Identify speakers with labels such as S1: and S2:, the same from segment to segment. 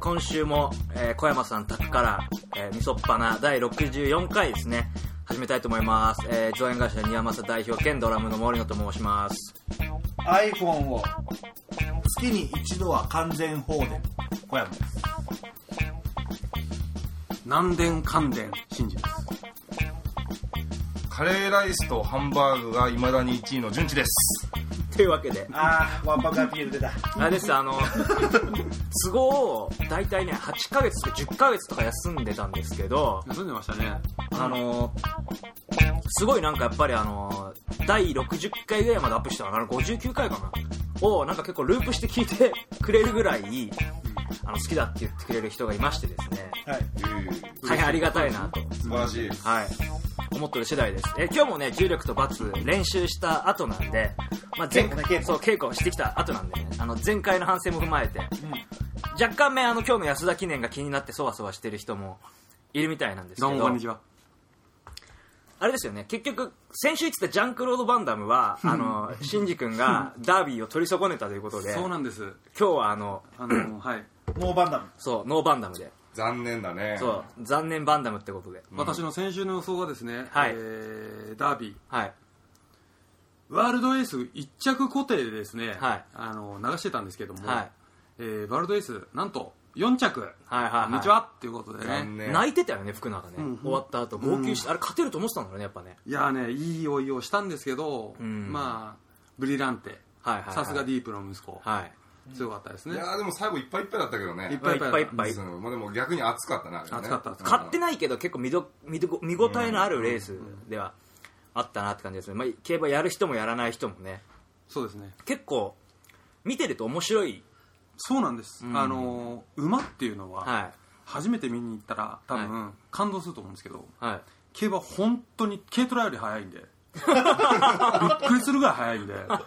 S1: 今週も、えー小山さん宅から、えー、みそっぱな第64回ですね、始めたいと思います。えー、造園会社庭正代表兼ドラムの森野と申します。
S2: iPhone を月に一度は完全放電小山です
S3: 南電関電真珠です
S4: カレーライスとハンバーグがいまだに1位の順次です
S1: というわけで、
S2: ああワンパクアピール出た
S1: あれです、あの、都合を大体ね、8ヶ月とか10ヶ月とか休んでたんですけど、
S3: 休んでましたね
S1: あのすごいなんかやっぱりあの第60回ぐらいまでアップしたのかな59回かなをなんか結構ループして聞いて くれるぐらいあの好きだって言ってくれる人がいましてですね
S2: はい
S1: 大変ありがたいなと、
S4: 素晴らしいです
S1: はい、思ってる次第ですえ今日もね重力と罰練習した後なんで、まあ、前
S2: 稽古ね稽古
S1: そう稽古をしてきた後なんでねあの前回の反省も踏まえて、若干ねあの今日の安田記念が気になってそわそわしてる人もいるみたいなんですけ
S3: ど
S1: ど
S3: うもこんにちは
S1: あれですよね結局先週言ってたジャンクロード・バンダムはあのシンジ君がダービーを取り損ねたということで
S3: そう
S1: 今
S3: なんです
S1: 日はあの
S3: あのはい
S2: ノーバンダム
S1: そうノーバンダムで
S4: 残念だね
S1: そう残念バンダムってことで、
S3: 私の先週の予想がですね、
S1: はい
S3: えーダービー
S1: はい
S3: ワールドエース一着固定でですね、
S1: はい
S3: あの流してたんですけども、
S1: はい
S3: えーワールドエースなんと4着、
S1: はいはいはい
S3: こんにちはっていうことで
S4: 残
S3: ね
S4: 念
S1: 泣いてたよね福永ね、終わった後号泣して、あれ勝てると思ってたんだろうねやっぱね
S3: いやーねいい追いをしたんですけど、
S1: ん
S3: まあブリランテ
S1: はいはいはい
S3: さすがディープの息子、
S1: はい
S3: 強かったです
S4: い
S3: ね
S4: やーでも最後いっぱいいっぱいだったけどね
S3: いっぱいいっぱい
S1: いっぱいいっ
S4: そ
S1: ぱい
S4: のまあ、でも逆に熱かったな、あれね
S3: 熱かった熱か
S1: 勝ってないけど結構見ど見ど見応えのあるレースではあったなって感じですね、まあ、競馬やる人もやらない人もね
S3: そうですね
S1: 結構見てると面白い
S3: そうなんです、あのー馬っていうのは、
S1: は
S3: 初めて見に行ったら多分、感動すると思うんですけど
S1: いはい
S3: 競馬本当に軽トラより速いんでびっくりするぐらい速いんで
S4: 軽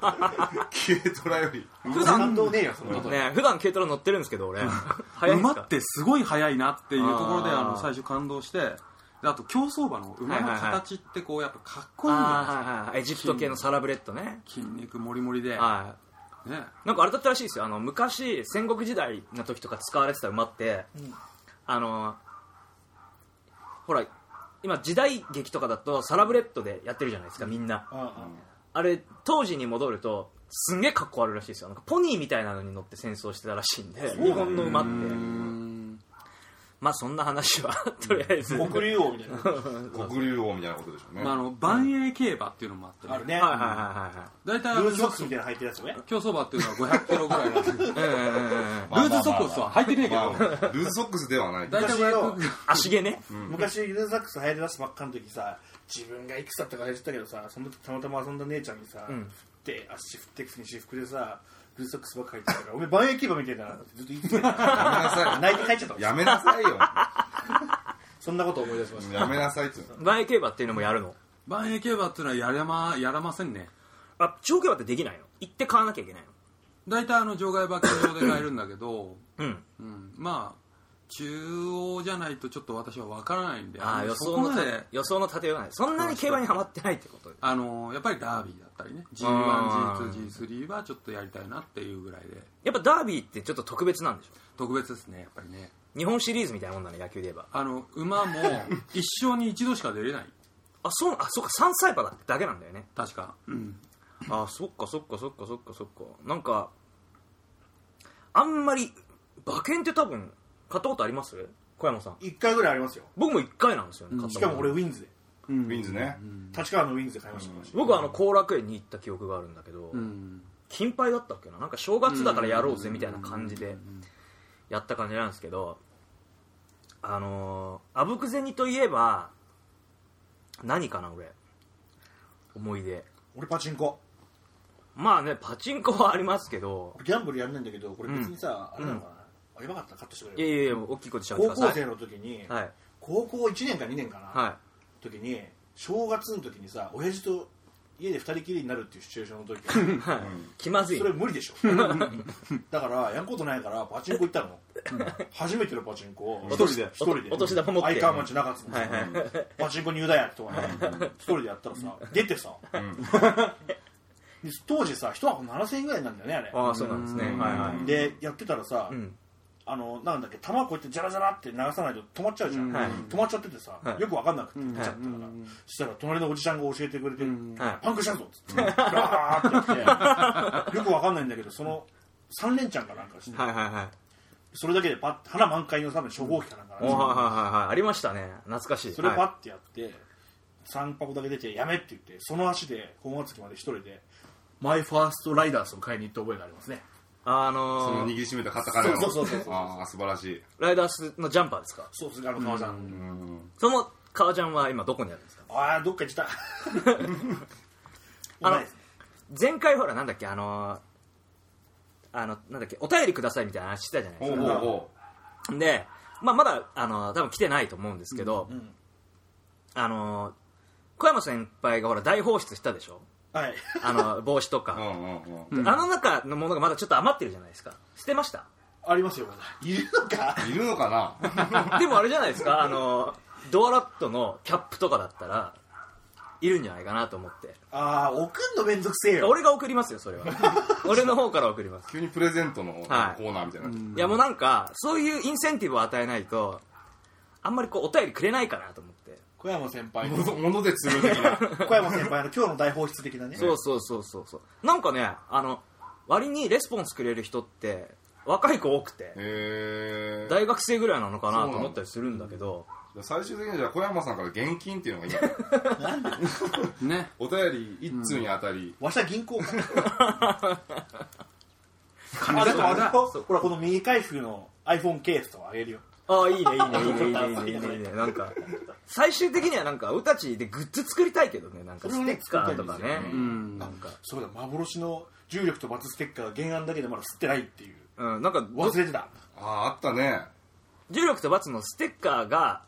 S4: トラより
S2: 普段感動ねえよその
S1: ね普段軽トラ乗ってるんですけど俺早いんす
S3: 馬
S1: か
S3: ってすごい速いなっていうところで
S1: あー
S3: あの最初感動してであと競走馬の馬の
S1: はいはいはい
S3: 形ってこうやっぱかっこいいんだ
S1: あーはいはいはいエジプト系のサラブレッドね
S3: 筋肉もりもりで、
S1: は
S3: ね、
S1: いなんかあれだったらしいですよあの昔戦国時代の時とか使われてた馬って、あのほら今時代劇とかだとサラブレッドでやってるじゃないですかみんなあれ当時に戻るとすんげえかっこ悪いらしいですよなんかポニーみたいなのに乗って戦争してたらしいんで日本の馬ってまあそんな話は とりあえず
S2: 黒竜王みたいな
S4: 黒竜王みたいなことでしょうね、
S3: まあ、あの万栄競馬っていうのもあって、
S2: あるね
S1: はいはいはいはい
S3: 大体あ
S2: ル
S3: の
S2: ーズソックスみたいなの入ってるやつよね
S3: 競走馬っていうのは500キロぐらいなんですけどル
S1: ええええええ
S3: ーズソックスは入ってねえけ
S4: まあ
S3: ど
S4: ルーズソックスではないけど
S3: 大体500キロ
S1: 足毛ね
S2: 昔ルーズソックス流行りだすばっかの時さ自分がいくつだったか忘れてたけどさその時たまたま遊んだ姉ちゃんにさ、振って足振ってくせに私服でさルーズソックスばっか入ってたからお前万円競馬みたいだなってずっと言ってたよ
S4: やめなさ
S2: 泣いて帰っちゃった
S4: いやめなさいよ
S2: そんなこと思い出しました
S4: やめなさいっつうの
S1: 前競馬っていうのもやるの
S3: 万栄競馬っていうのはやらまやらませんね
S1: あ長競馬ってできないの行って買わなきゃいけないの
S3: 大体あの場外馬券場で買えるんだけど、
S1: うん
S3: うん、まあ中央じゃないとちょっと私は分からないんで
S1: ああ
S3: の
S1: 予
S3: そ
S1: 想
S3: こ
S1: の
S3: ま
S1: た
S3: で
S1: 予想の立てようがないそんなに競馬にはまってないってこと
S3: あのやっぱりダービーだったりね
S1: あー
S3: G1G2G3 はちょっとやりたいなっていうぐらいで
S1: やっぱダービーってちょっと特別なんでしょ
S3: 特別ですねやっぱりね
S1: 日本シリーズみたいなもんだね野球で言えば
S3: あの馬も一生に一度しか出れない
S1: あそうあそうか3歳馬だだけなんだよね
S3: 確か、うん、
S1: あそっかそっかそっかそっかそっかなんかあんまり馬券って多分買ったことあります小山さん
S2: 1回ぐらいありますよ
S1: 僕も1回なんですよね、買っ
S2: したか
S1: こ
S2: も
S1: と
S2: 俺ウィンズで
S4: ウィンズね、
S2: 立川のウィンズで買いました昔
S1: 僕はあの後楽園に行った記憶があるんだけど、
S3: うん、
S1: 金牌だったっけななんか正月だからやろうぜみたいな感じでやった感じなんですけどあのー、あぶく銭といえば何かな俺思い出
S2: 俺パチンコ
S1: まあねパチンコはありますけど
S2: ギャンブルやんないんだけどこれ別にさ、あれなのかな、あやばかったカットしてく
S1: い
S2: れ
S1: や
S2: よ
S1: いやいや大きいことしちゃってく
S2: 高
S1: ださい
S2: 校生の時に、
S1: はい
S2: 高校1年か2年かな、
S1: は
S2: 時に正月の時にさ親父と家で2人きりになるっていうシチュエーションの 時
S1: い、はい気まずい
S2: それ無理でしょ だからやることないからパチンコ行ったの初めてのパチンコを
S1: お
S2: 一
S1: 年
S2: 人で一人で
S1: おお年玉持って
S2: 相川町中津のさ
S1: はいはい
S2: パチンコ入大やとかね一人でやったらさ出てさ、で当時さ一箱7000円ぐらいなんだよねあれ
S1: ああそうなんですねはいは
S2: でやってたらさ、
S1: ん
S2: あのなんだっけ玉こうやってジャラジャラって流さないと止まっちゃうじゃん、
S1: はい
S2: 止まっちゃっててさ、
S1: はい
S2: よく分かんなくて出ちゃったから、したら隣のおじちゃんが教えてくれて、パンクしたぞっつって、ガーってやってよく分かんないんだけどその3連チャンかなんかして、
S1: はいはいはい
S2: それだけでパッて花満開の多分初号機かなんかなん
S1: お
S2: で
S1: はい
S2: すよ、
S1: はいはいはいありましたね懐かしい
S2: それをパ
S1: は
S2: ッてやって、三3箱だけ出てやめって言ってその足で本厚木まで一人でマイファーストライダースを買いに行った覚えがありますね
S1: いあ
S4: そ
S1: の
S4: の
S1: ー
S4: 握りしめたカタカナの
S2: そうそうそうそうそう
S4: ああ素晴らしい
S1: ライダースのジャンパーですか
S2: そうですねあの川さん、
S4: うん
S1: その革ジャンは今どこにあるんですか
S2: あ あどっか行っちゃった
S1: あの
S2: ないです
S1: 前回ほらなんだっけあのーあのなんだっけお便りくださいみたいな話してたじゃないで
S4: お
S1: す
S4: う
S1: か
S4: おうおう
S1: で、まあ、まだあの多分来てないと思うんですけど、
S2: ん
S1: あの小山先輩がほら大放出したでしょ
S2: はい
S1: あの帽子と
S4: う
S1: か、
S4: んうんうん
S1: あの中のものがまだちょっと余ってるじゃないですか捨てました
S2: ありますよまだいるのか
S4: いるのか な
S1: でもあれじゃないですかあのドアラットのキャップとかだったらいるんじゃないかなと思って
S2: ああ送んのめんどくせえよ
S1: 俺が送りますよそれは俺の方から送ります
S4: 急にプレゼントのコ
S1: はい
S4: ーナーみたいになってる
S1: いやもうなんかそういうインセンティブを与えないとあんまりこうお便りくれないかなと思って
S2: 小山先輩の
S4: もの物で釣る的な
S2: 小山先輩の今日の大放出的なね
S1: そうそうそうそうそうなんかねあの割にレスポンスくれる人って若い子多くて
S4: へー
S1: 大学生ぐらいなのかなと思ったりするんだけど
S4: 最終的にじゃあ小山さんから現金っていう のが今
S3: ね
S4: お便り一通に当たり、
S2: わしゃ銀行か
S3: 金
S2: あでもあれよ
S3: 遣いが
S2: ほらこの右回復の iPhone ケースとかあげるよ
S1: ああいいねいいねいいねいいねいいねいいね なんか最終的にはなんか俺たちでグッズ作りたいけどねなんか
S2: それ
S1: ス
S2: をね
S1: テッカーとか
S2: 作りた
S1: ね
S2: いんですよね
S3: うん
S1: なんか
S2: そうだ幻の重力と罰ステッカーが原案だけでまだ吸ってないっていう
S1: うんなんか
S2: 忘れてた
S4: あああったね
S1: 重力と罰のステッカーが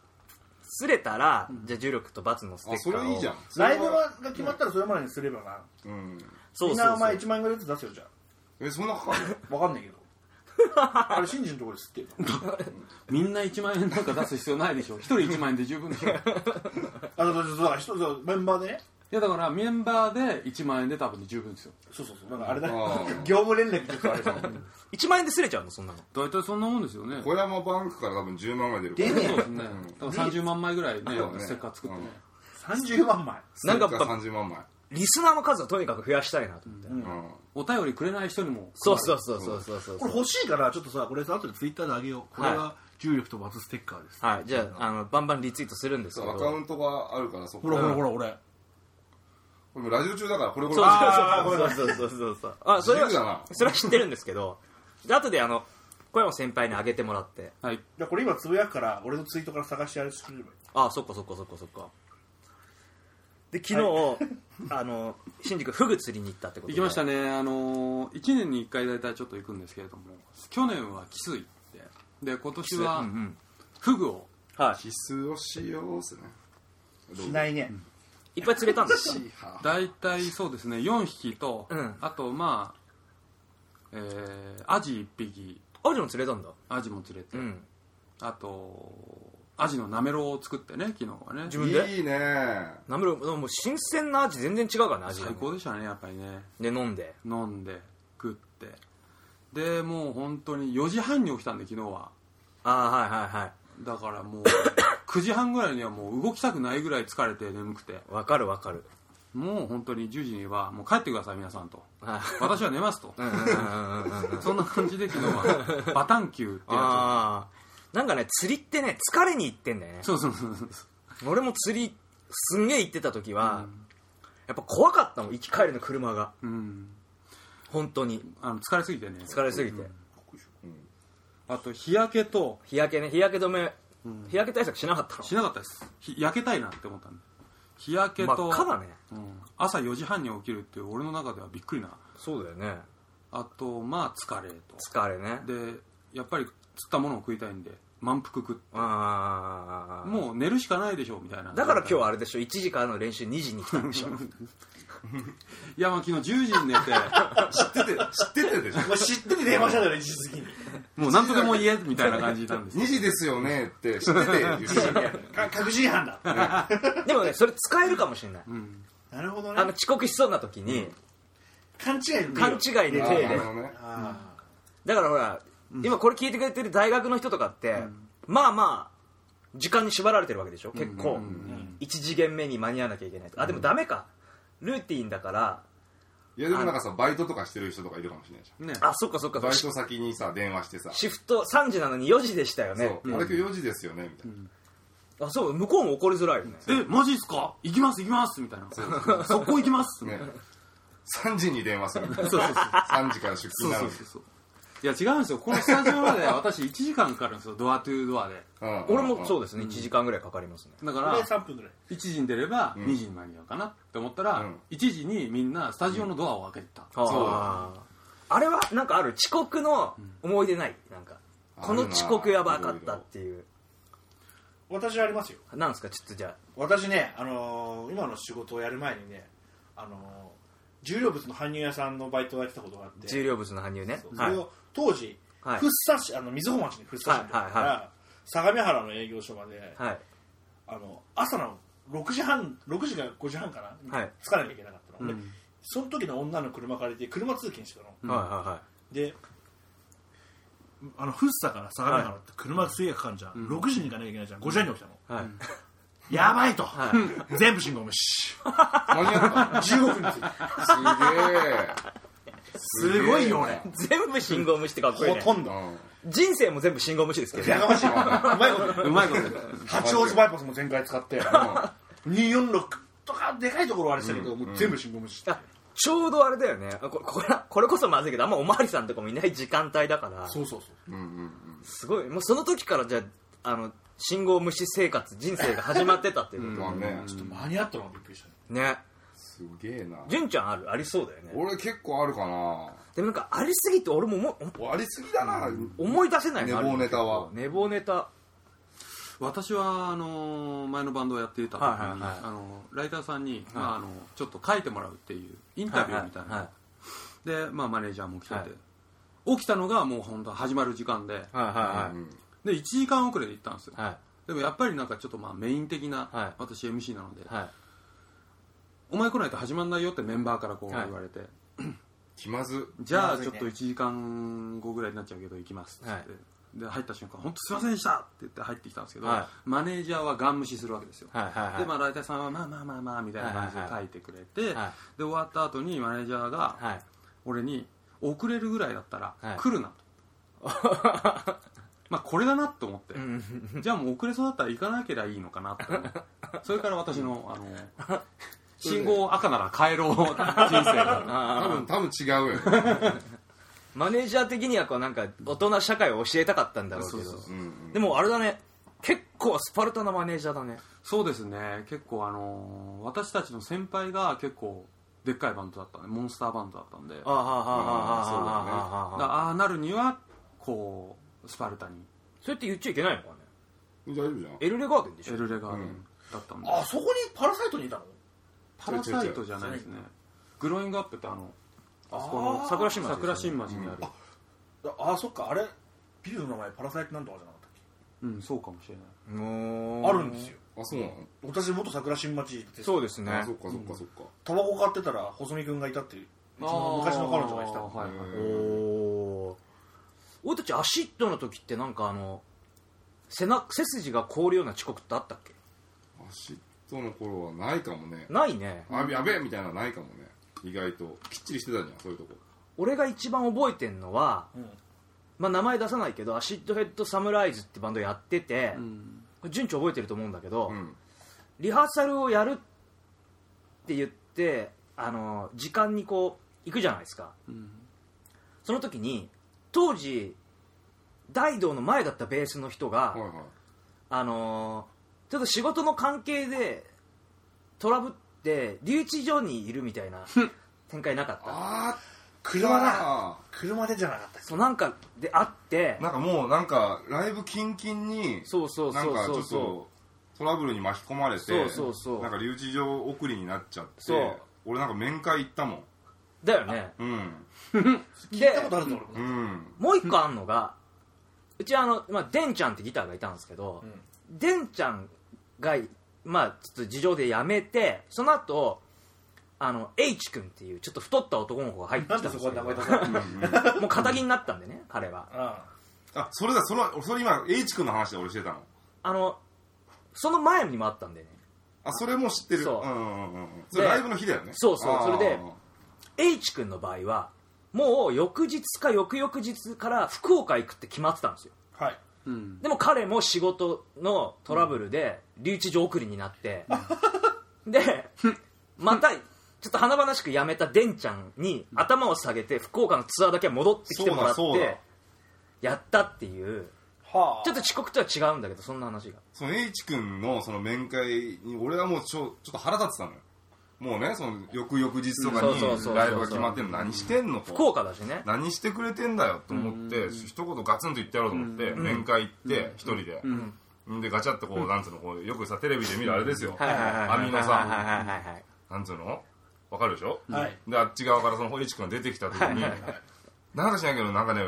S1: 擦れたら、じゃあ重力と罰のステッ
S4: あ
S1: カーを
S4: それいいじゃんそれは
S2: ライブが決まったらそれまでにすればな
S4: うん
S1: そう
S2: みん
S1: そう
S2: な
S1: そ
S2: お
S1: う
S2: 前1万円ぐらいずつ出すよじゃ
S4: えそんなかかるの
S2: あわかんないけどあれ新人のところで吸ってる
S3: みんな1万円なんか出す必要ないでしょ一人1万円で十分で しょい
S2: あそうそうそうだから一つメンバーでね
S3: やだからメンバーで1万円で多分で十分ですよ
S2: そうそうそうなんかあれだ
S4: あー
S2: 業務連絡ちょっとあれじゃん
S1: 1万円で擦れちゃうのそんなの
S3: 大体そんなもんですよね
S4: 小山バンクから多分10万ぐらい出る
S2: 出
S4: か
S2: ねえ
S3: そうですね多分30万枚ぐらいね
S4: そうね
S3: ステッカー作ってね
S2: 30万枚
S1: な
S4: ら
S1: んか
S4: ステッカー30万枚、
S1: リスナーの数をとにかく増やしたいなと思って、
S4: うん、
S3: お便りくれない人にも
S1: そうそうそうそうそうそう
S2: これ欲しいからちょっとさこれさ後でツイッターであげようこれが重力と罰ステッカーです
S1: はい、じゃああのバンバンリツイートするんです
S4: そ
S1: け
S4: う
S1: ど
S4: アカウントがあるからそこ
S2: ほらほらほら俺
S4: これもラジオ中だからこれこれ
S1: そう
S2: あーごめんごめん
S1: そうそうそうそうそうそうあそれ
S4: 自由だな
S1: はそれは知ってるんですけどで後であの小山先輩にあげてもらって
S3: はい
S2: じゃあこれ今つぶやくから俺のツイートから探してあれ作ればいい
S1: あそっかそっかそっかそっかで昨日、あの新宿フグ釣りに行ったってことで
S3: 行きましたねあのー、1年に1回大体ちょっと行くんですけれども去年はキス行ってで今年
S1: うんう
S3: は
S1: ん
S3: フグを
S1: は
S4: キスをしようっすね
S2: しないね
S1: い、いっぱい釣れたんですか
S3: 大体そうですね4匹と、
S1: うん
S3: あとまあえー、アジ1匹
S1: アジも釣れたんだ
S3: アジも釣れて、
S1: うん
S3: あとアジのなめろうを作ってね昨日はね
S1: 自分で
S4: いいね
S1: なめろうでももう新鮮なアジ全然違うからね味が
S3: 最
S1: ね
S3: 高でしたねやっぱりね
S1: で飲んで
S3: 飲んで食ってでもう本当に4時半に起きたんで昨日は
S1: ああはいはいは
S3: だからも う9時半ぐらいにはもう動きたくないぐらい疲れて眠くて
S1: いわかるわかる
S3: もう本当に10時にはもう帰ってください皆さ んと
S1: はい
S3: 私は寝ますと
S1: うんうんうんうんうん
S3: そんな感じで昨日 はバタンキューってや
S1: ああなんかね釣りってね疲れに行ってんだよね
S3: つそうそうそうそう
S1: 俺も釣りすんげえ行ってた時は、やっぱ怖かったもん行き帰りの車が
S3: うん
S1: 本当に
S3: あの疲れすぎてね
S1: 疲れすぎて、
S3: あと日焼けと
S1: 日焼けね日焼け止め、日焼け対策しなかったの
S3: しなかったですひ焼けたいなって思ったんで日焼け
S1: 真
S3: と
S1: っ赤だね
S3: うん、朝4時半に起きるっていう俺の中ではびっくりな
S1: そうだよね
S3: あとまあ疲れと
S1: 疲れね
S3: でやっぱり釣ったものを食いたいんで満腹食っ
S1: ああ
S3: もう寝るしかないでしょみたいな
S1: だから今日はあれでしょ1時からの練習2時に来たんでしょ
S3: いやまあ昨日10時に寝て
S4: 知ってて知っててでしょ
S2: まあ知ってて電話したんだよね実に
S3: もう何とでも言えみたいな感じなんです
S4: 2時ですよねって知ってて言 ってたよ
S2: か確信犯だ
S1: でもねそれ使えるかもしれない、
S2: なるほど
S1: あの
S2: ね
S1: 遅刻しそうな時に、
S2: 勘違いの理由
S1: 勘違いで
S4: あ
S1: 手
S4: ーな
S1: で
S4: るほどね
S2: あ
S1: だからほら今これ聞いてくれてる大学の人とかって、まあまあ時間に縛られてるわけでしょ結構、
S3: うんうん
S1: 一1次元目に間に合わなきゃいけないとかあでもダメかルーティンだから
S5: いやでもなんかさバイトとかしてる人とかいるかもしれないじ
S3: ね
S1: あそっかそっ
S5: ゃ
S1: か
S5: んバイト先にさ電話してさ
S1: シフト3時なのに4時でしたよ
S5: そう
S1: ね、
S5: あれ今日4時ですよねみたいな
S1: あそう向こうも怒りづらいよね、
S3: えマジっすか行きます行きますみたいな速攻行きますみたいな
S5: ね3時に電話 するみたいな
S3: そうそうそう
S5: 3時から出
S3: そ
S5: 勤
S3: う
S5: な
S3: そ
S5: の
S3: う
S5: に
S3: そうそういや違うんですよこのスタジオまで私1時間かかるんですよドアトゥードアで
S5: うん
S1: 俺もそう
S5: う
S1: ですね、1時間ぐらいかかりますね
S3: だか
S2: これ
S3: ら
S2: 3分ぐらい
S3: 1時に出れば2時に間に合うかなって思ったら、
S5: うん
S3: 1時にみんなスタジオのドアを開けた、
S5: そう
S1: あーあれはなんかある遅刻の思い出ないなんか
S5: あるな
S1: この遅刻やばかったっていう
S2: 私はありますよ
S1: なんですかちょっとじゃ
S2: 私ね、あのー今の仕事をやる前にね、あのー重量物の搬入屋さんのバイトをやってたことがあっ
S1: あ
S2: て
S1: 重量物の搬入ね
S2: そうそ
S1: はい
S2: れを当時、
S1: はい
S2: 福生市あの瑞穂町に福生市のところか
S1: はいはい
S2: ら相模原の営業所まで、
S1: はい
S2: あの朝の6時半6時から5時半かな、
S1: はい
S2: 着かなきゃいけなかったの、
S3: う
S2: で
S3: ん
S2: その時の女の車借りて車通勤してたの、
S1: はいは
S2: であの福生から相模原って車すげえかかるじゃん、6時に行かなきゃいけないじゃん5時半に起きたの、
S1: いはいはい
S2: やばいと、
S1: は
S2: 全部信号無 視
S5: 間に合った
S2: 15分に着 いた
S5: すげえ
S2: すごいよ俺
S1: 全部信号無視ってかっこいい
S2: ほ
S1: ね
S2: とんど
S5: うん
S1: 人生も全部信号無視ですけどね
S2: やかましいわうまいこと言う
S3: うまいこと言う
S2: 八王子バイパスも全開使って246とかでかいところはあれしたけど、もう全部信号無視して
S1: あちょうどあれだよねあこれこれこれこそまずいけどあんまおまわりさんとかもいない時間帯だから
S2: そうそうそう
S5: うんうん
S1: すごいもうその時からじゃああの信号無視生活人生が始まってたっていううんこ
S5: まあね
S2: ちょっと間に合ったのがびっくりしたね
S1: とね
S5: すげえな
S1: 純ちゃんあるありそうだよね
S5: 俺結構あるかな
S1: でもなんかありすぎて俺ももう
S5: ありすぎだな
S1: 思い出せないのある
S5: 寝坊ネタは
S1: 寝坊ネタ
S3: 私はあのー前のバンドをやっていた時に、
S1: はいはいはい
S3: あのーライターさんに、まあ、あのちょっと書いてもらうっていうインタビューみたいな、
S1: は
S3: で、まあ、マネージャーも来てて、
S1: はい
S3: 起きたのがもう本当始まる時間で
S1: いはいは
S5: うん
S3: で1時間遅れで行ったんですよ、
S1: いは
S3: でもやっぱりなんかちょっとまあメイン的な、
S1: はい
S3: 私 MC なので、
S1: いはい
S3: お前来ないと始まんないよってメンバーからこう
S1: はい
S3: 言われて、
S5: 気まず
S3: じゃ
S2: ま
S3: あ
S2: ず
S3: ち
S2: い
S3: ょ
S2: ね
S3: っと1時間後ぐらいになっちゃうけど行きますっつって、
S1: はい
S3: で入った瞬間「本当すいませんでした!」って言って入ってきたんですけど、
S1: は
S3: マネージャーはガン無視するわけですよ、
S1: はいはい
S3: でまあライターさんは「まあまあまあまあ」みたいな感じで書いてくれて、
S1: はい
S3: で終わった後にマネージャーが
S1: はい
S3: 俺に「遅れるぐらいだったら
S1: はい
S3: 来るな」と。まあこれだなと思って、じゃあもう遅れそうだったら行かなければいいのかなって思うそれから私のあの信号赤なら帰ろう人生が
S5: 多分多分違うよね
S1: マネージャー的にはこうなんか大人社会を教えたかったんだろうけど
S3: そうそう
S5: うんうん
S1: でもあれだね結構スパルタなマネージャーだね
S3: そうですね結構あのー私たちの先輩が結構でっかいバンドだったんでモンスターバンドだったんで
S1: あああああ
S3: だからああなるにはこうスパルタに
S1: それって言っちゃいけないのかね
S5: 大丈夫じゃん
S1: エルレガーデンでし
S3: エ
S1: ょ
S3: ルレガーデンだったんで、
S2: あそこにパラサイトにいたの
S3: パラサイトじゃないですねグローイングアップってあのあそこの
S1: 桜新町ですよね
S3: 桜新町にある
S2: あそっかあれビルの名前パラサイトなんとかじゃなかったっ
S3: うん、そうかもしれない
S1: も
S2: けあるんですよ
S5: あそうなの
S2: 私元桜新町で
S1: そうですね
S5: あそっかそっかそっか
S2: タバコ買ってたら細見君がいたっていううちの昔の彼女がいた
S3: あーはいはい
S1: おお俺たちアシッドの時ってなんかあの背中背筋が凍るような遅刻ってあったっけ
S5: アシットの頃はないかもね
S1: ないね
S5: あやべえみたいなのないかもね意外ときっちりしてたじゃんそういうとこ
S1: 俺が一番覚えてんのは、
S2: うん
S1: まあ、名前出さないけどアシッドヘッドサムライズってバンドやってて、
S3: うん
S1: 順調覚えてると思うんだけど、
S5: うん
S1: リハーサルをやるって言ってあの時間にこう行くじゃないですか
S3: うん
S1: その時に当時大道の前だったベースの人が、
S5: はいはい
S1: あのーちょっと仕事の関係でトラブって留置所にいるみたいな展開なかった
S5: あ
S2: 車だ
S5: あ
S2: 車でじゃなかったっけ
S1: そうなんかであって
S5: なんかもうなんかライブキンキンに
S1: そうそう
S5: な
S1: そ
S5: ん
S1: う
S5: かち
S1: そ
S5: ょ
S1: う
S5: っ
S1: そ
S5: とトラブルに巻き込まれて
S1: そうそうそう
S5: なんか留置場送りになっちゃって
S1: そう
S5: 俺なんか面会行ったもん
S1: うだよね
S5: うん
S1: で
S2: 聞いたことあるぞ俺
S5: う
S2: も
S5: ん
S1: もう一個あんのがうちあの、まあ、デンちゃんってギターがいたんですけど、デンちゃんが、まあ、ちょっと事情で辞めてその後あの H 君っていうちょっと太った男の子が入ってき
S2: な
S1: た
S2: ん
S1: ん
S2: で
S1: で
S2: そ
S1: す
S2: こ
S1: け
S2: は名前出
S1: ど
S2: さない
S5: うんうん
S1: もう肩気になったんでね彼は
S2: あ
S5: あそれだそのそれ今 H 君の話で俺してたの
S1: あのその前にもあったんだよね
S5: あそれも知ってる
S1: そうん
S5: うんうんうんそれ
S1: で
S5: ライブの日だよね
S1: そうそう
S5: あー
S1: それで H 君の場合はもう翌日か翌々日から福岡行くって決まってたんですよ
S2: はい
S3: うん
S1: でも彼も仕事のトラブルで留置所送りになって、でまたちょっと華々しく辞めたデンちゃんに頭を下げて福岡のツアーだけは戻ってきてもらっ
S5: そうだそうだ
S1: てやったっていう
S2: はあ
S1: ちょっと遅刻とは違うんだけどそんな話が
S5: その H 君のその面会に俺はもうちょちょっと腹立ってたのよもうねその翌々日とか
S1: うんそうそうそうそう
S5: にライブが決まってんの何してんのと
S1: 福岡だしね
S5: 何してくれてんだよと思って一言ガツンと言ってやろうと思って面会行って一人でんでガチャってこうなんつうのこうよくさテレビで見るあれですよ
S1: はいはいはいはい
S5: 網の
S1: はいはい
S5: さ
S1: はいはいはい
S5: なんつうのわかるでしょ
S2: はい
S5: であっち側からその堀内君が出てきた時になんかしないけどなんかね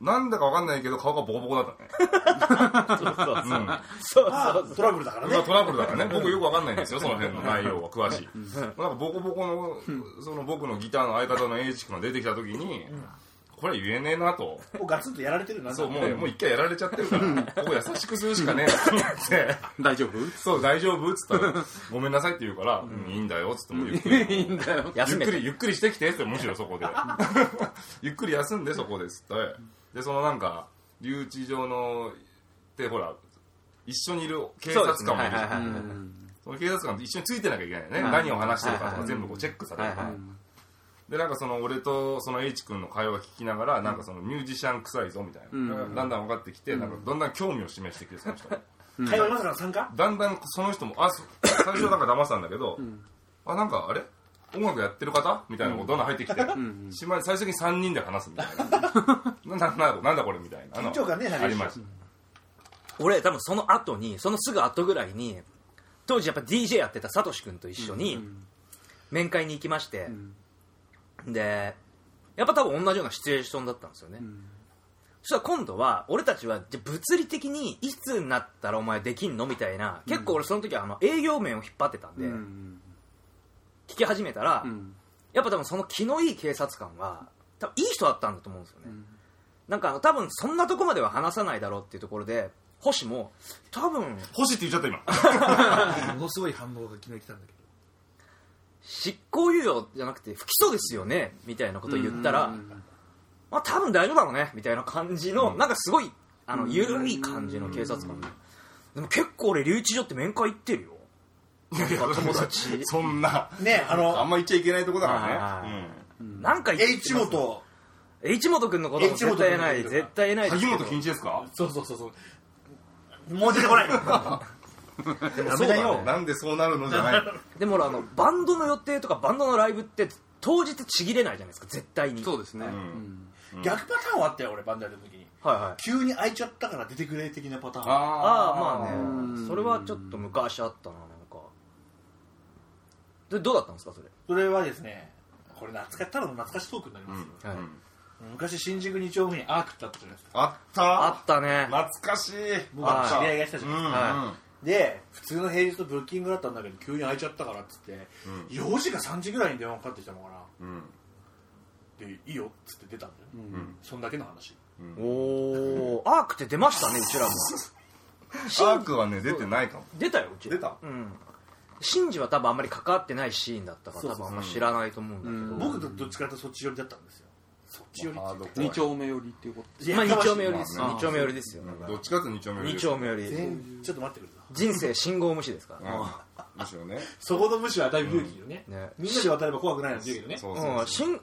S5: なんだかわかんないけど顔がボコボコだったね
S1: そうそうそう
S5: うん
S1: そう
S2: ま
S1: そう
S2: あトラブルだからね
S5: まあトラブルだからね僕よくわかんないんですよその辺の内容は詳しいなんかボコボコのその僕のギターの相方の英知君が出てきた時にこれは言えねえなと
S2: もうガツンとやられてるな
S5: そうもうもう一回やられちゃってるからここ優しくするしかねえなと思って
S3: 大丈夫
S5: そう大丈夫っつったらごめんなさいって言うから、うんいいんだよっつってもうゆっくり
S3: いいんだよ
S5: ゆ
S1: 休
S5: っ
S1: め
S5: く
S1: て
S5: りゆっくりしてきてってむしろそ こでゆっくり休んでそこですってでそのなんか留置場のってほら一緒にいる警察官もいるじゃ
S1: そうですねはいはいは
S5: ん
S1: い
S5: その警察官と一緒についてなきゃいけないよね、
S1: はい
S5: 何を話してるか
S1: はい
S5: と
S1: は
S5: か
S1: い
S5: 全部こうチェックされ
S1: は
S5: る
S1: い
S5: から、
S1: はい
S5: でなんかその俺とその H 君の会話聞きながら、なんかそのミュージシャン臭いぞみたいな、
S3: うん
S5: だんだん分かってきて、なんかどんだん興味を示してきてその人も
S2: 会話まさかの参加
S5: だんだんその人もあそ最初なんか騙したんだけど、あなんかあれ音楽やってる方みたいなのがどんどん入ってきて、しまい最終的に3人で話すみたいななななんだなんだこれみたいな
S2: 緊張感ね
S5: あのありました
S1: 俺多分その後にそのすぐ後ぐらいに当時やっぱ DJ やってたサトシ君と一緒に面会に行きまして、でやっぱ多分同じようなシチュエーションだったんですよね、そしたら今度は俺たちはじゃあ物理的にいつになったらお前できんのみたいな結構俺その時はあの営業面を引っ張ってたんで、
S3: うん
S1: 聞き始めたら、
S3: うん
S1: やっぱ多分その気のいい警察官は多分いい人だったんだと思うんですよね、なんかあの多分そんなとこまでは話さないだろうっていうところで星も多分
S5: 欲しいって言っちゃった今
S2: ものすごい反応が昨日来たんだけ
S1: 執行猶予じゃなくて不起訴ですよねみたいなことを言ったら、
S3: うん
S1: まあ、多分大丈夫だろうねみたいな感じの、なんかすごいあの緩い感じの警察官で、でも結構俺留置所って面会行ってるよなんか 友達
S5: そんな
S2: どねあ
S5: あん
S2: の
S5: ま言っちゃいけないとこだから
S1: は
S5: ね
S1: い、
S5: うん
S1: なんか行ってます
S2: H 元
S1: H 本君のことも絶対ない
S2: H 本君
S1: 絶対ないですけ
S5: 萩
S1: ど
S5: 本禁止ですか
S2: そうそうそうそうもう出てこないダメだよ
S1: そうだね
S5: なんでそうなるのじゃない
S1: でも俺あのバンドの予定とかバンドのライブって当日ちぎれないじゃないですか絶対に
S3: そうですね、
S5: ん
S2: 逆パターンはあったよ俺バンダイの時に
S1: はいはい
S2: 急に開いちゃったから出てくれ的なパターン
S1: ああま
S5: ー
S1: あねそれはちょっと昔あったななんかでどうだったんですかそれ
S2: それはですねこれ懐かただの懐かしトークになりますよ、
S1: はい
S5: うん
S2: 昔新宿2丁目にアークってあったじゃないですか
S5: あった
S1: あったね
S5: 懐かしい
S2: 僕は知り合いがしたじゃ
S5: うん
S2: ないですか、
S1: は
S2: で普通の平日とブッキングだったんだけど急に開いちゃったからっつって、4時か3時ぐらいに電話かかってきたのか
S5: うんうん
S2: なでいいよっつって出たんだよ、
S5: ん
S2: そんだけの話
S1: おおアークって出ましたねうちらも
S5: アークはね出てないかも
S1: 出たようち
S5: 出た
S1: うんシンジは多分あんまり関わってないシーンだったから多分あんま知らないと思うんだけど、
S2: 僕とどっちかというとそっち寄りだったんですよそっち寄りって
S3: 二丁目寄りっていうこと
S2: いや
S1: まあ、
S2: やか
S1: 2
S2: まし
S1: 丁目寄りです
S2: い
S5: まあ
S1: 2丁目寄りですよ、
S5: どっちかって2丁目より
S1: 2丁目寄り
S2: 全ちょっと待ってくれよ
S1: 人生信号無視ですから
S5: うんむしろね
S2: そこの無視はだいぶ勇気よね,、
S1: うんね
S2: みんなで渡れば怖くないのに言うけどね
S5: そうそ
S1: う
S5: うそ
S1: ん、しんい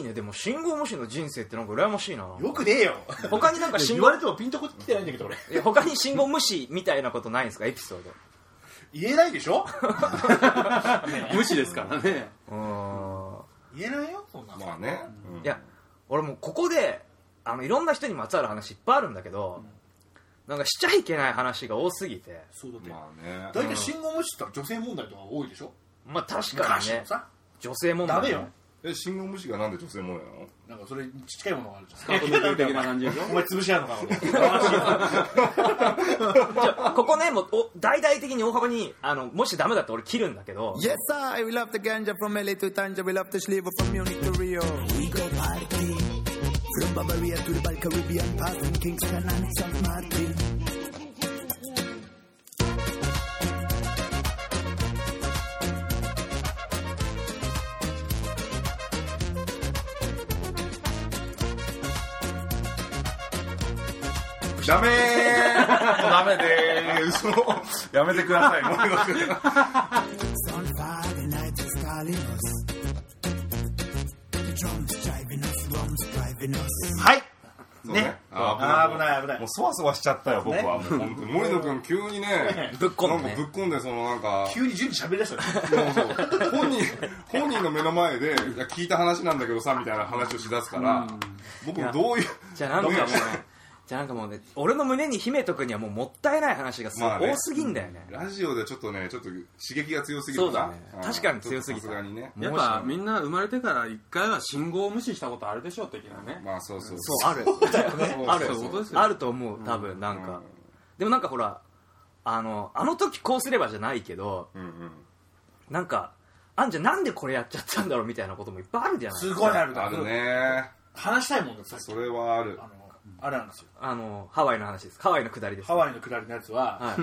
S1: いねでも信号無視の人生ってなんか羨ましいな
S2: よくねえよ
S1: 他になんか信
S2: 言
S1: 号
S2: われてもピンとこ来てないんだけど俺
S1: いや他に信号無視みたいなことないんですかエピソード
S2: 言えないでしょ
S3: 無視ですからね
S1: うーん
S2: 言えないよそんな
S5: う
S2: の
S5: まあねうん
S1: いや俺もうここであのいろんな人にまつわる話いっぱいあるんだけど、なんかしちゃいけない話が多すぎて
S2: そうだって、
S5: まあね
S2: 大体信号無視って言ったら女性問題とか多いでしょ
S1: まあ確かに
S2: 昔
S1: ね
S2: のさ
S1: 女性問題
S2: ダメよ
S5: え信号無視がなんで女性もんやの
S2: なんかそれに近いものがあるじゃん
S3: カートの的な感じでしょ
S2: お前潰し合うのか
S1: じ ゃあここねもうお大々的に大幅にあのもしダメだったら俺切るんだけど
S6: Yes, I we love the ganja from LA to Tanja. We love the sliver from Munich to Rio. We go party from Bavaria to the Bal Caribbean, pass from Kingston and San Martin.
S5: ダメーダメでーす。もうやめてください。もうよく
S6: It's on fire, the night is calling us. The drums driving us, drums driving us.
S2: はい
S5: そう
S2: ね
S5: あ
S2: あー
S5: ー危
S2: 危
S5: ない。
S2: ない危ない
S5: もうそわそわしちゃったよ、僕は。もう本当に森野君、急にね、
S1: ぶっこ
S5: なんん
S1: で
S5: か
S1: ね
S5: ぶっ込んで、そのなんか、
S2: 急に準備喋りだしたね
S5: そうそう本人本人の目の前でいや聞いた話なんだけどさみたいな話をしだすから、僕どういう
S1: じゃあなんかもう
S5: ど
S1: ね
S5: ういう
S1: じゃあなんかもうね俺の胸に秘めとくにはもうもったいない話がすごい
S5: まあね
S1: 多すぎんだよね,、
S5: ラジオでちょっとねちょっと刺激が強すぎ
S1: そうだね
S5: うん
S1: 確かに強すぎた
S5: ちょっとさすがにね
S3: やっぱみんな生まれてから一回は信号を無視したことあるでしょう的なね、
S5: まあそうそう
S1: そうあるあ る
S3: そういうことですよ
S1: あると思う多分なんか、でもなんかほらあのあの時こうすればじゃないけど
S5: うんうん
S1: なんかあんじゃんなんでこれやっちゃったんだろうみたいなこともいっぱいあるじゃない
S2: すごいある
S5: あるね
S2: 話したいもんださっき
S5: それはある
S2: あのあれなんですよ
S1: あのハワイの話ですハワイの下りです
S2: ハワイのくだりのやつは、
S1: はい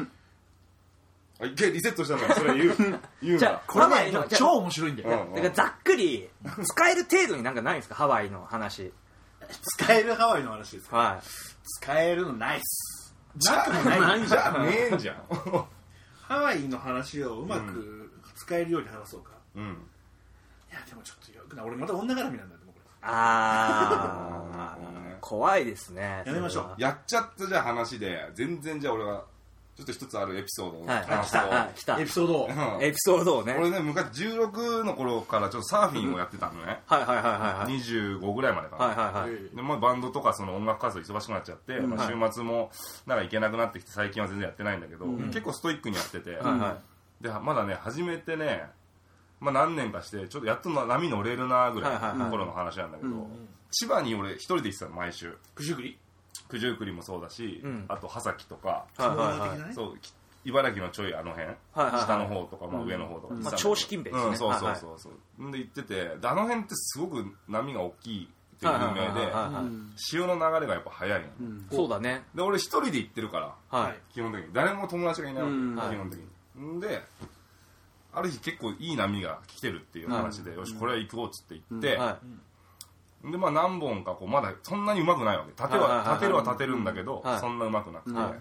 S5: あ一回リセットしたんだそれ 言う言うん
S1: じゃ
S5: だ
S1: あ
S2: これ
S1: ハワイ
S2: ね
S1: のじゃあ
S2: 超面白いんだよ、
S5: うん
S1: だからざっくり使える程度になんかないんですかハワイの話
S2: 使えるハワイの話ですか
S1: はい
S2: 使えるのないっすなくもない
S5: じゃあねえんじゃん
S2: ハワイの話をうまく使えるように話そうか、
S5: うん
S2: いやでもちょっとよくない俺また女絡みなんだでもこ
S1: あ ー怖いですね
S2: やめましょう
S1: それは
S5: やっちゃったじゃあ話で全然じゃあ俺はちょっと一つあるエピソードを
S1: はい、
S5: 話すと、
S1: はい、来た
S2: れエピソードを
S5: うん
S1: エピソードをねはい
S5: 俺ね昔16の頃からちょっとサーフィンをやってたのね、
S1: はいはいはいはい
S5: 25ぐらいまでかな、
S1: はいはいはい
S5: でまあ、バンドとかその音楽活動忙しくなっちゃって、まあ週末もなんか行けなくなってきて最近は全然やってないんだけど、結構ストイックにやってて、
S1: はいは
S5: でまだね始めてね、まあ、何年かしてちょっとやっとな波乗れるなぐらいの頃の話なんだけど、千葉に俺一人で行ってたの毎週
S2: 九十九里
S5: 九十九里もそうだし、
S1: うん
S5: あと波崎とか、
S1: はいはい
S2: 的
S1: はい
S2: なね
S5: そうき茨城のちょいあの辺、
S1: はいはい
S5: 下の方とか、まあ、上の方とか、
S1: まあ銚子金兵衛ですね
S5: うん、そうそうそうそう、で行っててであの辺ってすごく波が大きいっていう有名
S1: はいはい
S5: で
S1: はいはい
S5: 潮の流れがやっぱ早いの、
S1: そうだね
S5: で俺一人で行ってるから
S1: は
S5: 基本的に誰も友達がいないわけ、
S3: うん
S5: 基本的に、んである日結構いい波が来てるっていう話で、よしこれは行こうっつって言
S1: い
S5: って、
S1: は
S5: でまあ何本かこうまだそんなにうまくないわけ立ては,、
S1: はいはいはい
S5: 立てるは立てるんだけど、
S1: はい
S5: そんなうまくなくて、
S1: はい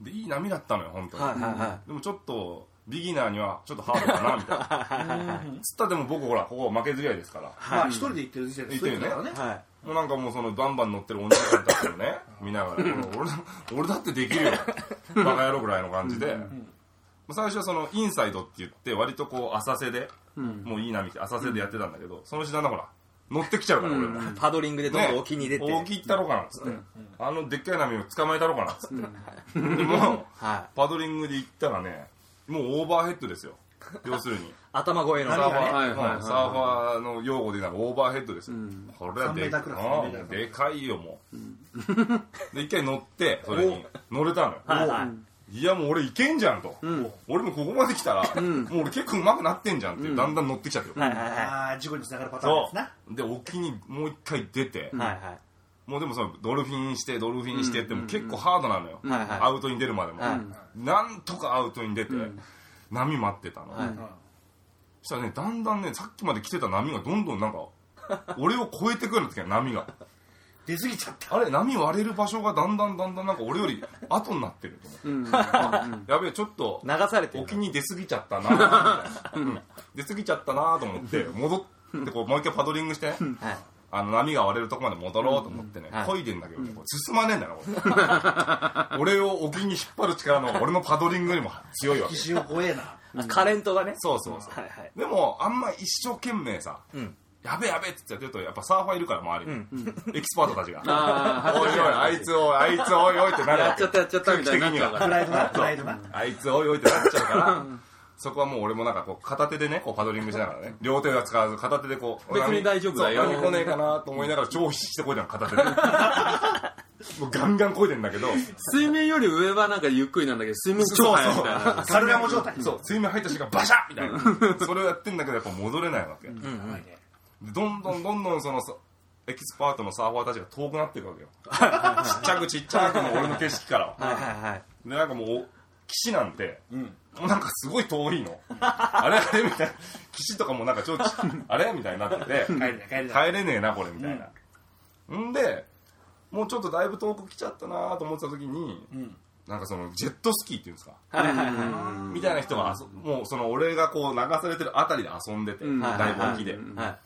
S5: でいい波だったのよ本当に、
S1: はいはいは
S5: でもちょっとビギナーにはちょっとハードかなみたいなつったでも僕ほらここ負けず嫌いですから
S2: まあ一人で行ってる時点で
S5: 行ってるよね
S2: そうだから
S1: いはい
S5: もうなんかもうそのバンバン乗ってるお兄さんたちをね見な がら俺俺だってできるよバカ野郎ぐらいの感じで、まあ最初はそのインサイドって言って割とこう浅瀬で、もういい波って浅瀬でやってたんだけど、そのうちだんだんほら乗ってきちゃうから俺も、
S1: パドリングでどんどん沖に出て
S5: 大きいったろうかなっつって、あのでっかい波を捕まえたろうかなっつって、でも
S1: はい
S5: パドリングで行ったらねもうオーバーヘッドですよ要するに
S1: 頭越えの
S5: サーファ
S1: は
S5: ー、
S3: はいはいはいはい
S5: うんサーファーの用語でなんかオーバーヘッドですよ、これは
S2: 3
S5: で
S2: メータークラス3メーター
S5: うん
S2: クラス
S5: でかいよもう、で一回乗ってそれに乗れたのよ、
S1: いはい
S5: いやもう俺いけんじゃんと、俺もここまで来たら、もう俺結構上手くなってんじゃんって、だんだん乗ってきちゃって、
S1: はいはいは
S2: ああ事故につながるパターンで
S5: そ
S2: すな
S5: うで沖にもう一回出て、
S1: いはいはい
S5: もうでもそのドルフィンしてドルフィンしてっても結構ハードなのよ、
S1: はいはい
S5: アウトに出るまでも、
S1: はい
S5: なんとかアウトに出て、波待ってたの、
S1: はい
S5: そしたらねだんだんねさっきまで来てた波がどんどんなんか俺を超えてくるんですけど波が
S2: 出過ぎちゃ った
S5: あれ波割れる場所がだんだんだんだんなんか俺より後になってると思って、 やべえちょっと
S1: 流されてる
S5: 沖に出過ぎちゃったなーみたいな、うん出過ぎちゃったなーと思って戻ってこうもう一回パドリングしてね、
S1: はい
S5: あの波が割れるとこまで戻ろうと思ってね、
S1: うんはい
S5: 漕いでんだけどね、これ進まねえんだよな、 これ俺を沖に引っ張る力の方が俺のパドリングよりも強いわ け
S2: 岸を怖えな
S1: あカレントがね
S5: そうそうそう、
S1: はいはい
S5: でもあんま一生懸命さ、
S1: ん
S5: やべえやべえって言ってやってるとやっぱサーファーいるから周りに、エキスパートたちが
S3: あ
S5: おいおいあいつおいあいつおいおいってなる
S3: や
S5: わ
S3: っ
S5: け
S3: ちゃったやっちゃったみたいになっちゃうか
S2: プ
S3: ら
S2: ライドなプライドな
S5: あいつおいおいってなっちゃうからそこはもう俺もなんかこう片手でねこうパドリングしながらね両手は使わず片手でこう
S3: 別に大丈夫だよ
S5: そう波来ねえかなと思いながら超必死でこいでるの 片手でもうガンガンこいでんだけど
S3: 水面より上はなんかゆっくりなんだけど水面超速いみたいな
S2: カルガモ状態
S5: そう水面入った瞬間バシャッみたいなそれをやってんだけどやっぱ戻れないわけ、
S2: やばいね
S5: でどんどんどんどんそのそエキスパートのサーファーたちが遠くなっていくわけよちっちゃくちっちゃくもう俺の景色 から
S1: はいはいはい
S5: でなんかもう岸なんて、もうなんかすごい遠いのあれあれみたいな岸とかもなんか ちょっとあれみたいになってて
S2: 帰れない帰れない
S5: 帰れねえなこれみたいな、ん、でもうちょっとだいぶ遠く来ちゃったなと思ってた時に、なんかそのジェットスキーっていうんですか、みたいな人があそもうその俺がこう流されてるあたりで遊んでて、だいぶ沖で、
S1: は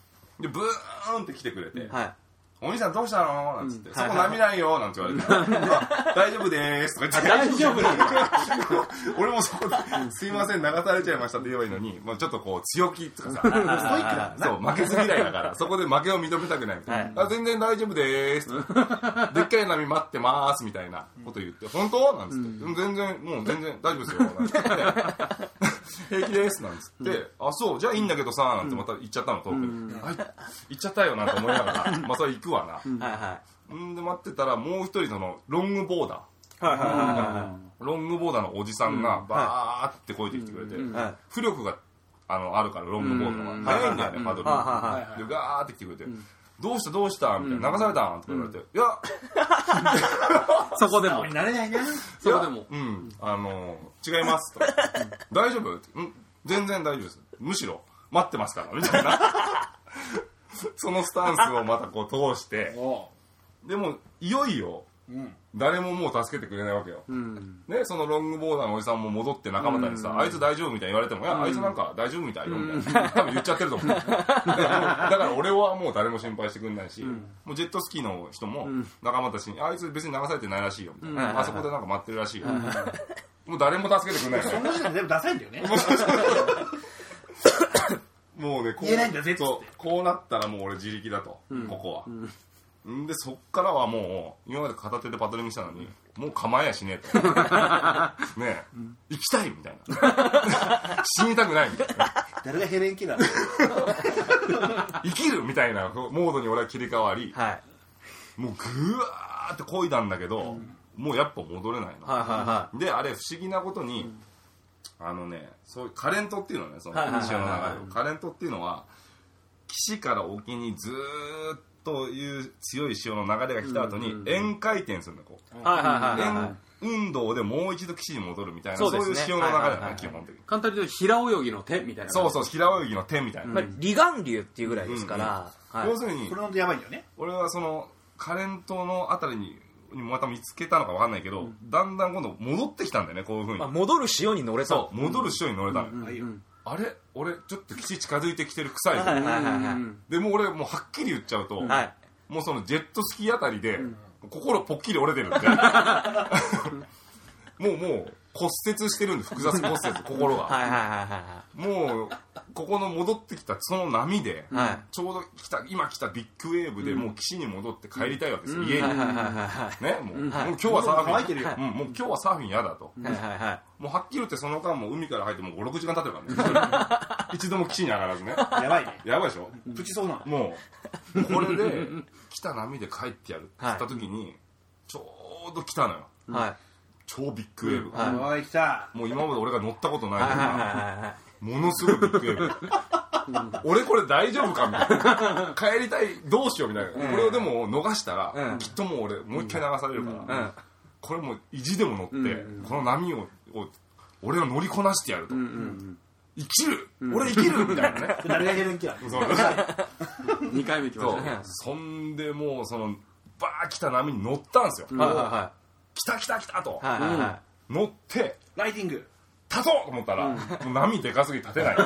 S5: でブーンって来てくれて、
S1: いはい
S5: お兄さんどうしたのなんつって、
S1: うん
S5: そこ波ないよなんて言われて、うわ大丈夫でーすとか言って、
S1: 大丈夫なんだ
S5: 俺もそこで、すいません、流されちゃいましたって言えばいいのに、まあ、ちょっとこう、強気とか さ、
S2: ストイックだ
S5: そう、負けず嫌いだから、そこで負けを認めたくないみたいな。あ全然大丈夫で ーすと。でっかい波待ってまーすみたいなこと言って、本当なんつって、うん全然、もう全然大丈夫ですよ。なん つって、平気ですなんつって、あ、そう、じゃあいいんだけどさ、なんてまた行っちゃったの、遠くに。あい行っちゃったよなと思いなが ら、まあ、それ行くわな。
S1: はいは
S5: んで待ってたらもう一人そのロングボーダー
S1: いはいは
S5: ロングボーダーのおじさんがバーってこいてきてくれて、
S1: いはい
S5: 浮力があのあるからロングボード
S1: うん
S5: が速いんだよね、パドル、
S1: はい
S2: はい
S5: でガーって来てくれて、どうしたどうしたみたいな流されたんって言われて、いや
S3: そこでも
S2: 俺慣れないな
S3: そこでも
S5: うんあの違いますと大丈夫ってうん全然大丈夫ですむしろ待ってますからみた いなそのスタンスをまたこう通して
S2: お
S5: でもいよいよ
S2: ううん
S5: 誰ももう助けてくれないわけよ、
S3: うん
S5: ね、そのロングボーダーのおじさんも戻って仲間たちにさ、あいつ大丈夫みたいに言われても、いや、あいつなんか大丈夫みたいよ、みたいな。 多分言っちゃってると思う。だからだから俺はもう誰も心配してくんないし、もうジェットスキーの人も仲間たちに、あいつ別に流されてないらしいよ、みたい
S1: うん
S5: な。あそこでなんか待ってるらしいよ。もう誰も助けてくんないよ
S2: そんな時間全部出せんだよね
S5: もうね、こ
S2: 言えないんだぜっつって
S5: そうこうなったらもう俺自力だと、ここは。んで、そっからはもう、今まで片手でパトリングしたのに、もう構えやしねえと。ねえ、行きたいみたいな。死にたくないみたいな。
S2: 誰がヘレンキなの
S5: 生きるみたいなこうモードに俺は切り替わり、
S1: はいはい
S5: もうぐわーってこいだんだけど、もうやっぱ戻れないな。
S1: はいは
S5: であれ不思議なことに、あのねそういうカレントっていうのねその
S1: はいはいはい
S5: 潮の流れをカレントっていうのは岸から沖にずーっという強い潮の流れが来た後に円回転するんだこう
S1: いはいはいはいはい
S5: 円運動でもう一度岸に戻るみたいなそ,、
S1: そううです
S5: い
S1: ね
S5: う潮の流れ
S1: はい
S5: だ
S1: はいはい
S5: ね基本的に
S3: 簡単に言うと平泳ぎの手みたいな
S5: そう
S3: 感じ
S5: そう平泳ぎの手みたいな、
S1: やっぱり離岸流っていうぐらいですからはい
S5: 要するに
S2: これのやばいよね
S5: 俺はそのカレントのあたりににまた見つけたのかわかんないけど、だんだん今度戻ってきたんだよねこういうふうに、
S1: まあ戻る潮に乗れた
S5: そう戻る潮に乗れたのよ、
S2: あいいよ
S5: あれ俺ちょっと岸近づいてきてる臭いぞ、
S1: はいはいはいはい
S5: でもう俺もうはっきり言っちゃうと、
S1: はい
S5: もうそのジェットスキーあたりで、心ぽっきり折れてるんで もうもう骨折してるんで複雑骨折心が、
S1: はいはいはいは
S5: もうここの戻ってきたその波で、
S1: いはい
S5: ちょうど来た今来たビッグウェーブでもう岸に戻って帰りたいわけですよ、家に、
S1: はいはい
S5: ね
S1: はいは
S5: もう,、もう今日はサーフ
S2: 乾い
S5: ィ
S2: て
S5: ン
S2: るよ
S5: うん、もう今日はサーフィン嫌だと、
S1: いはいはいは
S5: もうはっきり言ってその間もう海から入ってもう56時間経ってるから ね一度も岸に上がらずね
S2: やばいね
S5: やばいでしょ
S2: プチそうなの
S5: もうこ れで来た波で帰ってやるって言った時に、ちょうど来たのよ
S1: いはい
S5: 超ビッグウェーブが、
S1: はい
S2: おい来た
S5: もう今まで俺が乗ったことないよ
S1: は
S5: う
S1: いはいはい
S5: な
S1: はいはい
S5: ものすごいビッグウェー ブ俺これ大丈夫かみたいな帰りたいどうしようみたいな、これをでも逃したら、
S1: うん
S5: きっともう俺もう一回流されるから、
S1: うん
S5: これもう意地でも乗って、この波をを俺は乗りこなしてやると、生きる、俺生きるみたいなね
S2: 誰がヘレンキなの
S5: そう
S3: 2回目行きま
S5: そ
S3: し
S5: う
S3: たね
S5: そんでもうそのバー来た波に乗ったんですよ、
S1: はいは
S5: 来た来た来たと、
S1: いはいはいはいはい
S5: 乗って
S2: ライティング
S5: 立とうと思ったら、もう波でかすぎて立 てない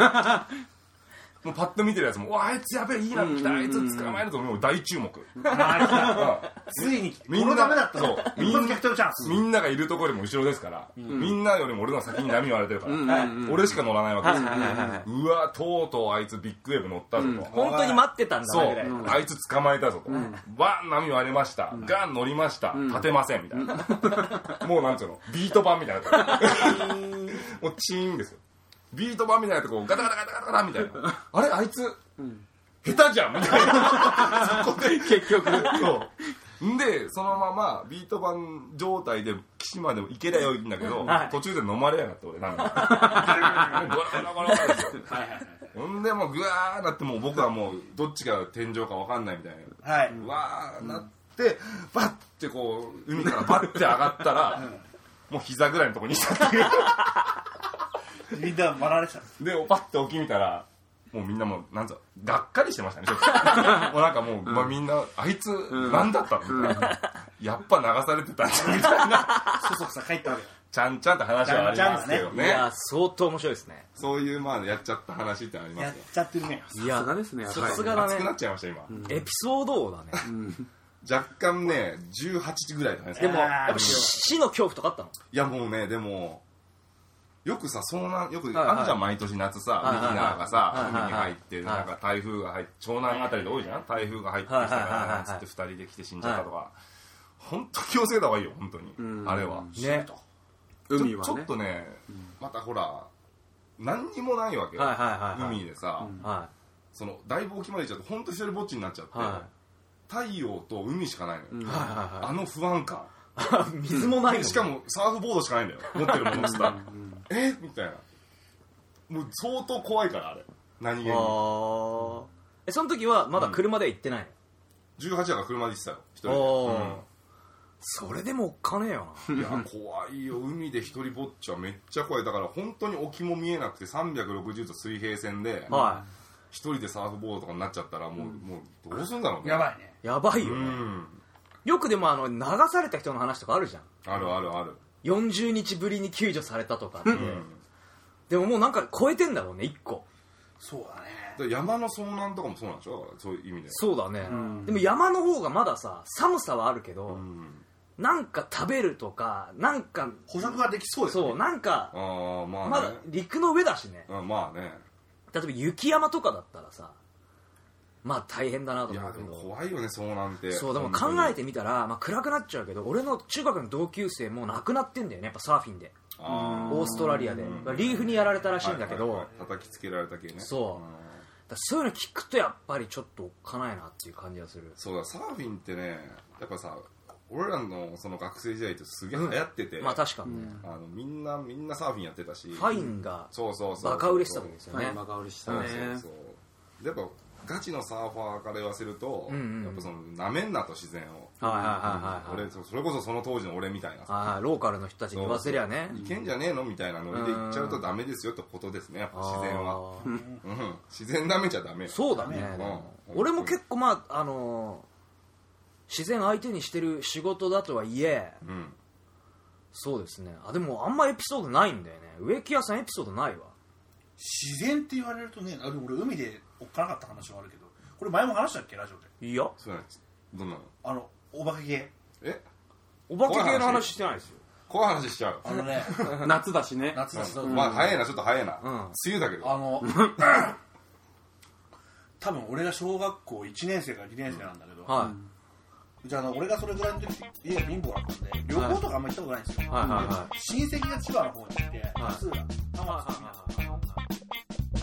S5: もうパッと見てるやつも「うわあいつやべえいいな来た、あいつ捕まえるともう 大注目」
S2: あー来た
S5: うん
S2: ついに
S5: みん
S2: こ
S5: な
S2: のためだったの
S5: そうみん
S2: 一
S5: な
S2: 発逆転のチャンス
S5: みんながいるところよりも後ろですから、みんなよりも俺の先に波を荒れてるから、
S2: ん
S5: 俺しか乗らないわけですよ、
S1: はいはいはいはいう
S5: わとうとうあいつビッグウェーブ乗ったぞと、
S1: 本当に待ってたんだ
S5: そ
S1: な
S5: う、
S1: ぐらいの
S5: あいつ捕まえたぞと、バン波割れました、ガン乗りました、立てませんみた いな、もうなんつうのビート板みたい なもうチーンですよビート板みたいなとこガタガタガタガタガタみたいなあれあいつ、下手じゃんみたいな そこで結局そうでそのままビート板状態で岸までも行けりゃよいんだけど、
S1: はい
S5: 途中で飲まれやがって俺なんかゴロゴロゴロゴロですよ
S2: はいはいはい
S5: ほんでもうぐわーなってもう僕はもうどっちが天井かわかんないみたいな
S2: はいう
S5: わーなってバッてこう海からバッて上がったらもう膝ぐらいのとこにいた っていう
S2: みんなまられちゃう
S5: でパッて起きみたらもうみんなもうなんぞがっかりしてましたねちょっ ともうなんかもう、まあ、みんなあいつなんだったのみたいな、やっぱ流されてたんじゃんみ たいな
S2: そそくさ帰ったわけだ
S5: ちゃんちゃんって話はありますけど
S1: い
S5: ね
S1: や相当面白いですね
S5: そういうまあやっちゃった話ってありま
S2: やっ
S5: すよ
S2: ちゃってるね
S1: い
S3: さ
S1: や
S3: すがですねやっぱりね
S1: さすがだ
S5: 熱くなっ
S1: ね
S5: ちゃいました今、
S1: エピソード王だね
S5: 若干ね18時ぐらいだったんですけ
S1: で
S5: ど
S1: もやっぱ死の恐怖とかあったの
S5: いやもうねでもよくさ遭難よく
S1: はいはい
S5: あるじゃん毎年夏さ
S1: はい
S5: ビ
S1: はいはい
S5: ギナーがさ
S1: はいはい
S5: 海
S1: はい
S5: に入って
S1: はい
S5: なんか台風が入って湘南あたりで多いじゃん台風が入ってきたか
S1: はいはいはいは
S5: ら
S1: い
S5: つって2人で来て死んじゃったとか本当気をつけた方がいいよ本当に
S3: ん
S5: あれは
S1: ね
S3: 海
S5: ちょ
S3: は
S5: ちょっ
S3: ね
S5: とねまたほら何にもないわけよ
S1: はいはいはいはい
S5: 海でさ
S1: は
S5: そのだいぶ沖まで行っちゃうと本当一人ぼっちになっちゃって
S1: いは
S5: 太陽と海しかないのよ
S1: いはいはい
S5: あの不安感
S1: 水もないのに
S5: しかもサーフボードしかないんだよ持ってるものっつったらえみたいなもう相当怖いからあれ何気に
S1: あーえその時はまだ車では行ってないの、
S5: 18だから車で行ってたよ一人で、
S1: おーそれでもおっかねえよ
S5: うんいや怖いよ海で一人ぼっちはめっちゃ怖いだから本当に沖も見えなくて360度水平線で
S1: なは
S5: 一人でサーフボードとかになっちゃったらもう,、もうどうするんだろうね
S2: やばいね
S1: いやばいうよね、
S5: ん
S1: よくでもあの流された人の話とかあるじゃん
S5: あるあるある、
S1: 40日ぶりに救助されたとかって、
S5: うん
S1: でももうなんか超えてんだろうね1個
S2: そうだね
S5: で山の遭難とかもそうなんでしょだからそういう意味で
S1: そうだね、
S3: ん
S1: でも山の方がまださ寒さはあるけど、
S5: うん
S1: なんか食べるとかなんか
S2: 補足ができそうです
S1: そうなんか
S5: ああま
S1: ま
S5: あ
S1: だ
S5: ね、
S1: 陸の上だしね
S5: うんまあね
S1: 例えば雪山とかだったらさまあ大変だなと
S5: い
S1: 思
S5: や
S1: うけ
S5: でも
S1: ど
S5: 怖いよね遭難って
S1: そうでも考
S5: 本当に
S1: えてみたら、まあ、暗くなっちゃうけど俺の中学の同級生もう亡くなってんだよねやっぱサーフィンで
S5: あー
S1: オーストラリアでリーフにやられたらしいんだけど、
S5: はいはいはい叩きつけられた系ね
S1: そう
S5: うん
S1: だからそういうの聞くとやっぱりちょっとおっかないなっていう感じがする
S5: そうだサーフィンってねやっぱさ俺らのその学生時代ってすげえ流行ってて、
S1: まあ確かにね、
S5: あのみんなみんなサーフィンやってたし
S1: ファインが
S5: そうそうそう
S1: バカ売れした時ですよね
S3: はいバカ売りした
S5: そう
S3: ね
S5: そうそうでやっぱガチのサーファーから言わせると、
S1: うんうんうん
S5: やっぱそのなめんなと自然を、
S1: はいはいはいはいはい
S5: 俺そそれこそその当時の俺みたいなさ
S1: はいローカルの人たちに言わせりゃね
S5: いけんじゃねえのみたいなノリで行っちゃうとダメですよってことですねやっぱ自然は、
S1: あー
S5: うん、自然なめちゃダメよ
S1: そうだね、
S5: ん
S1: でも俺も結構まああのー自然相手にしてる仕事だとはいえ
S5: うん
S1: そうですねあでもあんまエピソードないんだよね植木屋さんエピソードないわ
S2: 自然って言われるとねあでも俺海でおっかなかった話もあるけどこれ前も話したっけラジオで
S1: いや
S5: そうなんですどんなの
S2: あのお化け系
S5: え
S1: お化け系の話してないですよ
S5: 怖い話しちゃう
S2: あのね
S3: 夏だしね
S2: 夏だし
S5: まあ早いなちょっと早いな、
S1: ん
S5: 梅雨だけど
S2: あの多分俺が小学校1年生から2年生なんだけど、
S1: はい、
S2: じゃああの俺がそれぐらいの時家が貧乏だったんで旅行とかあんま行ったことないんですよ、
S1: はいはいは
S2: 親戚が千葉の方にいて、
S1: はい
S2: 松浦浜松